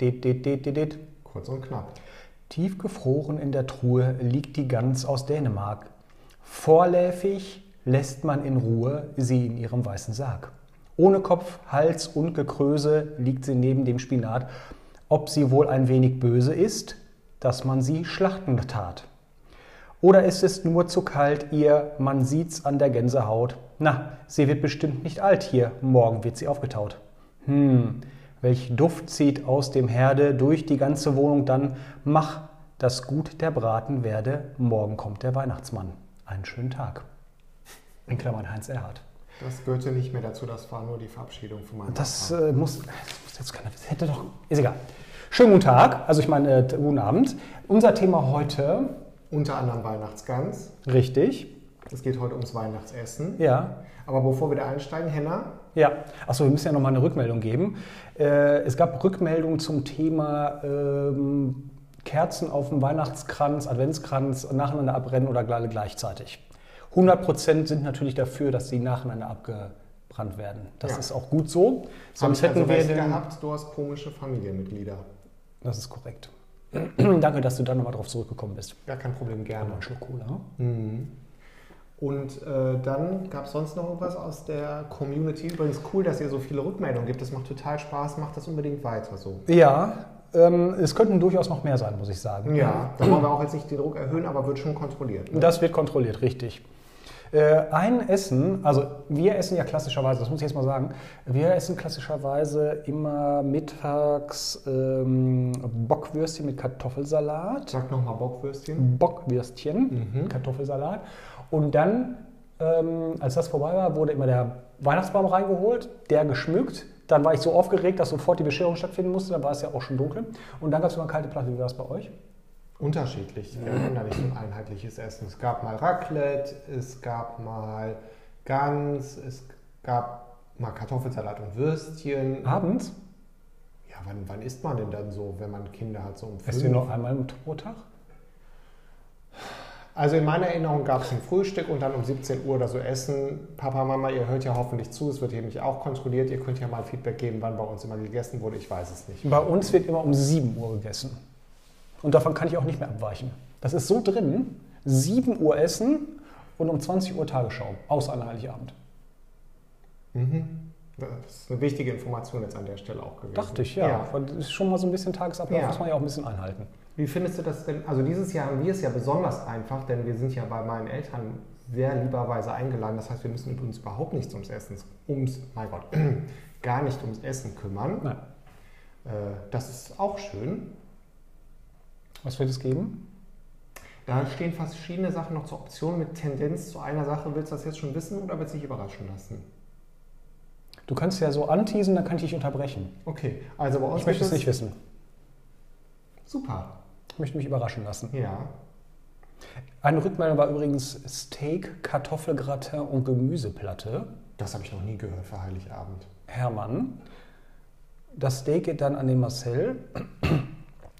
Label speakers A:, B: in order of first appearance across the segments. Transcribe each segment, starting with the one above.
A: Dididididididididididid.
B: Kurz und knapp.
A: Tiefgefroren in der Truhe liegt die Gans aus Dänemark. Vorläufig lässt man in Ruhe sie in ihrem weißen Sarg. Ohne Kopf, Hals und Gekröse liegt sie neben dem Spinat. Ob sie wohl ein wenig böse ist, dass man sie schlachten tat. Oder ist es nur zu kalt ihr, man sieht's an der Gänsehaut. Na, sie wird bestimmt nicht alt hier, morgen wird sie aufgetaut. Hm, welch Duft zieht aus dem Herde durch die ganze Wohnung dann, mach, dass gut der Braten werde, morgen kommt der Weihnachtsmann. Einen schönen Tag. In Klammern Heinz Erhardt.
B: Das gehörte nicht mehr dazu, das war nur die Verabschiedung von meinem
A: Das äh, muss, das muss jetzt keiner wissen. Hätte doch, ist egal. Schönen guten Tag, also ich meine, äh, guten Abend. Unser Thema heute,
B: Unter anderem Weihnachtsgans.
A: richtig,
B: Es geht heute ums Weihnachtsessen.
A: ja,
B: Aber bevor wir da einsteigen, Henna,
A: Ja, achso, wir müssen ja nochmal eine Rückmeldung geben. Äh, es gab Rückmeldungen zum Thema ähm, Kerzen auf dem Weihnachtskranz, Adventskranz nacheinander abbrennen oder alle gleichzeitig. 100% sind natürlich dafür, dass sie nacheinander abgebrannt werden. Das
B: Ja.
A: ist auch gut so. Sonst
B: hab ich
A: hätten wir
B: welche
A: den.
B: gehabt, du hast komische Familienmitglieder.
A: Das ist korrekt. Danke, dass du da nochmal drauf zurückgekommen bist.
B: Gar kein Problem, gerne.
A: Ein Schluck
B: ne?
A: Cola.
B: Mhm. Und äh, dann gab es sonst noch irgendwas aus der Community. Übrigens cool, dass ihr so viele Rückmeldungen gibt. Das macht total Spaß, macht das unbedingt weiter so.
A: Ja, ähm, es könnten durchaus noch mehr sein, muss ich sagen.
B: Ja, da wollen wir auch jetzt nicht den Druck erhöhen, aber wird schon kontrolliert. Ne?
A: Das wird kontrolliert, richtig. Äh, ein Essen, also wir essen ja klassischerweise, das muss ich jetzt mal sagen, wir essen klassischerweise immer mittags ähm, Bockwürstchen mit Kartoffelsalat.
B: Sag nochmal Bockwürstchen.
A: Bockwürstchen, Kartoffelsalat. Und dann, ähm, als das vorbei war, wurde immer der Weihnachtsbaum reingeholt, der geschmückt. Dann war ich so aufgeregt, dass sofort die Bescherung stattfinden musste. Dann war es ja auch schon dunkel. Und dann gab es immer eine kalte Platte. Wie war es bei euch?
B: unterschiedlich. Wir haben da nicht so ein einheitliches Essen. Es gab mal Raclette, es gab mal Gans, es gab mal Kartoffelsalat und Würstchen.
A: Abends?
B: Ja, wann, wann isst man denn dann so, wenn man Kinder hat, so um
A: Esst ihr
B: fünf?
A: noch einmal pro Tag?
B: Also in meiner Erinnerung gab es ein Frühstück und dann um 17 Uhr oder so Essen. Papa, Mama, ihr hört ja hoffentlich zu, es wird hier nämlich auch kontrolliert. Ihr könnt ja mal Feedback geben, wann bei uns immer gegessen wurde. Ich weiß es nicht.
A: Bei uns wird immer um 7 Uhr gegessen. Und davon kann ich auch nicht mehr abweichen. Das ist so drin, 7 Uhr essen und um 20 Uhr Tagesschau, außer an Heiligabend.
B: Mhm. Das ist eine wichtige Information jetzt an der Stelle auch gewesen.
A: Dachte ich, ja. Weil Das ist schon mal so ein bisschen Tagesablauf,
B: Ja.
A: muss man ja auch ein bisschen einhalten.
B: Wie findest du das denn? Also dieses Jahr haben wir es ja besonders einfach, denn wir sind ja bei meinen Eltern sehr lieberweise eingeladen. Das heißt, wir müssen uns überhaupt nicht ums Essen, ums, mein Gott, gar nicht ums Essen kümmern.
A: Nein.
B: Äh, das ist auch schön.
A: Was wird es geben?
B: Da stehen fast verschiedene Sachen noch zur Option mit Tendenz zu einer Sache. Willst du das jetzt schon wissen oder willst du dich überraschen lassen?
A: Du kannst ja so anteasen, dann kann ich dich unterbrechen.
B: Okay, also bei uns
A: Ich möchte
B: ist
A: es nicht wissen.
B: Super.
A: Ich möchte mich überraschen lassen.
B: Ja.
A: Eine Rückmeldung war übrigens Steak, Kartoffelgratin und Gemüseplatte.
B: Das habe ich noch nie gehört für Heiligabend.
A: Hermann. Das Steak geht dann an den Marcel.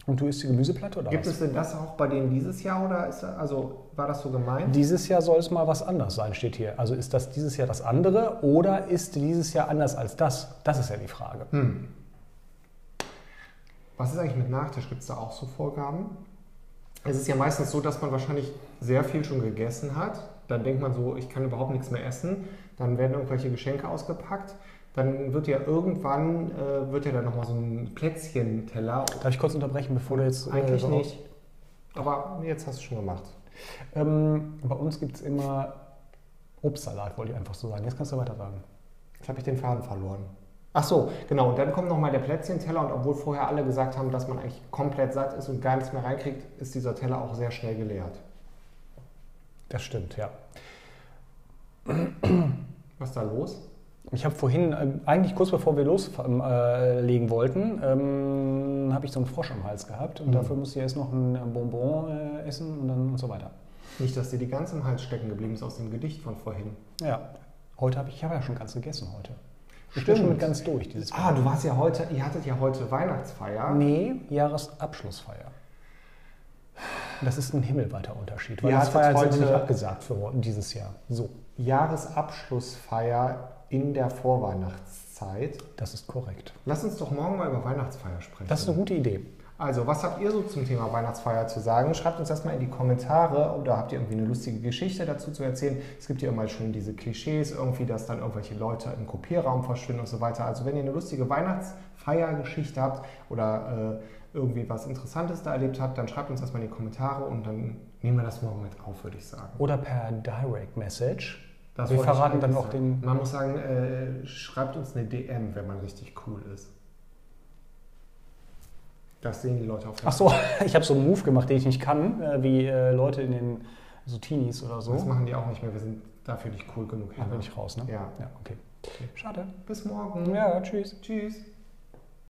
A: Und du isst die Gemüseplatte oder
B: Gibt
A: was?
B: es denn das auch bei denen dieses Jahr oder ist das, also war das so gemeint?
A: Dieses Jahr soll es mal was anders sein, steht hier. Also ist das dieses Jahr das andere oder ist dieses Jahr anders als das? Das ist ja die Frage.
B: Hm. Was ist eigentlich mit Nachtisch? Gibt es da auch so Vorgaben? Es ist ja meistens so, dass man wahrscheinlich sehr viel schon gegessen hat. Dann denkt man so, ich kann überhaupt nichts mehr essen. Dann werden irgendwelche Geschenke ausgepackt. Dann wird ja irgendwann, äh, wird ja dann nochmal so ein Plätzchenteller.
A: Darf ich kurz unterbrechen, bevor du jetzt... äh,
B: Eigentlich
A: darauf-
B: nicht. Aber jetzt hast du schon gemacht.
A: Ähm, bei uns gibt es immer Obstsalat, wollte ich einfach so sagen. Jetzt kannst du weiter sagen.
B: Jetzt habe ich den Faden verloren. Ach so, genau. Und dann kommt nochmal der Plätzchenteller. Und obwohl vorher alle gesagt haben, dass man eigentlich komplett satt ist und gar nichts mehr reinkriegt, ist dieser Teller auch sehr schnell geleert.
A: Das stimmt, ja.
B: Was ist da los?
A: Ich habe vorhin, ähm, eigentlich kurz bevor wir loslegen äh, legen wollten, ähm, habe ich so einen Frosch am Hals gehabt. Und
B: Mhm.
A: dafür musste ich erst noch ein Bonbon äh, essen und dann und so weiter.
B: Nicht, dass dir die ganz im Hals stecken geblieben ist aus dem Gedicht von vorhin.
A: Ja, heute habe ich, ich habe ja schon ganz gegessen heute. Ich bin
B: Stimmt.
A: schon mit ganz durch dieses
B: Ah, du warst ja heute, ihr hattet ja heute Weihnachtsfeier.
A: Nee, Jahresabschlussfeier. Das ist ein himmelweiter Unterschied. Weil
B: Ihr
A: das
B: hattet
A: Feier sind
B: heute-
A: nämlich abgesagt für dieses Jahr. So.
B: Jahresabschlussfeier in der Vorweihnachtszeit. Weihnachtszeit.
A: Das ist korrekt.
B: Lass uns doch morgen mal über Weihnachtsfeier sprechen.
A: Das ist eine gute Idee.
B: Also, was habt ihr so zum Thema Weihnachtsfeier zu sagen? Schreibt uns das mal in die Kommentare oder habt ihr irgendwie eine lustige Geschichte dazu zu erzählen? Es gibt ja immer schon diese Klischees, irgendwie, dass dann irgendwelche Leute im Kopierraum verschwinden und so weiter. Also, wenn ihr eine lustige Weihnachtsfeiergeschichte habt oder äh, irgendwie was Interessantes da erlebt habt, dann schreibt uns das mal in die Kommentare und dann nehmen wir das morgen mit auf, würde ich sagen.
A: Oder per Direct Message.
B: Das
A: Wir
B: wollte ich
A: verraten dann
B: eigentlich
A: auch
B: sagen.
A: den.
B: Man muss sagen, äh, schreibt uns eine DM, wenn man richtig cool ist. Das sehen die Leute auf
A: Ach so, ich habe so einen Move gemacht, den ich nicht kann, äh, wie äh, Leute in den so Teenies oder
B: Das
A: so.
B: machen die auch nicht mehr. Wir sind dafür nicht cool genug.
A: Da
B: Henna.
A: bin ich raus, ne?
B: Ja.
A: Ja, okay. Schade.
B: Bis morgen.
A: Ja, tschüss.
B: Tschüss.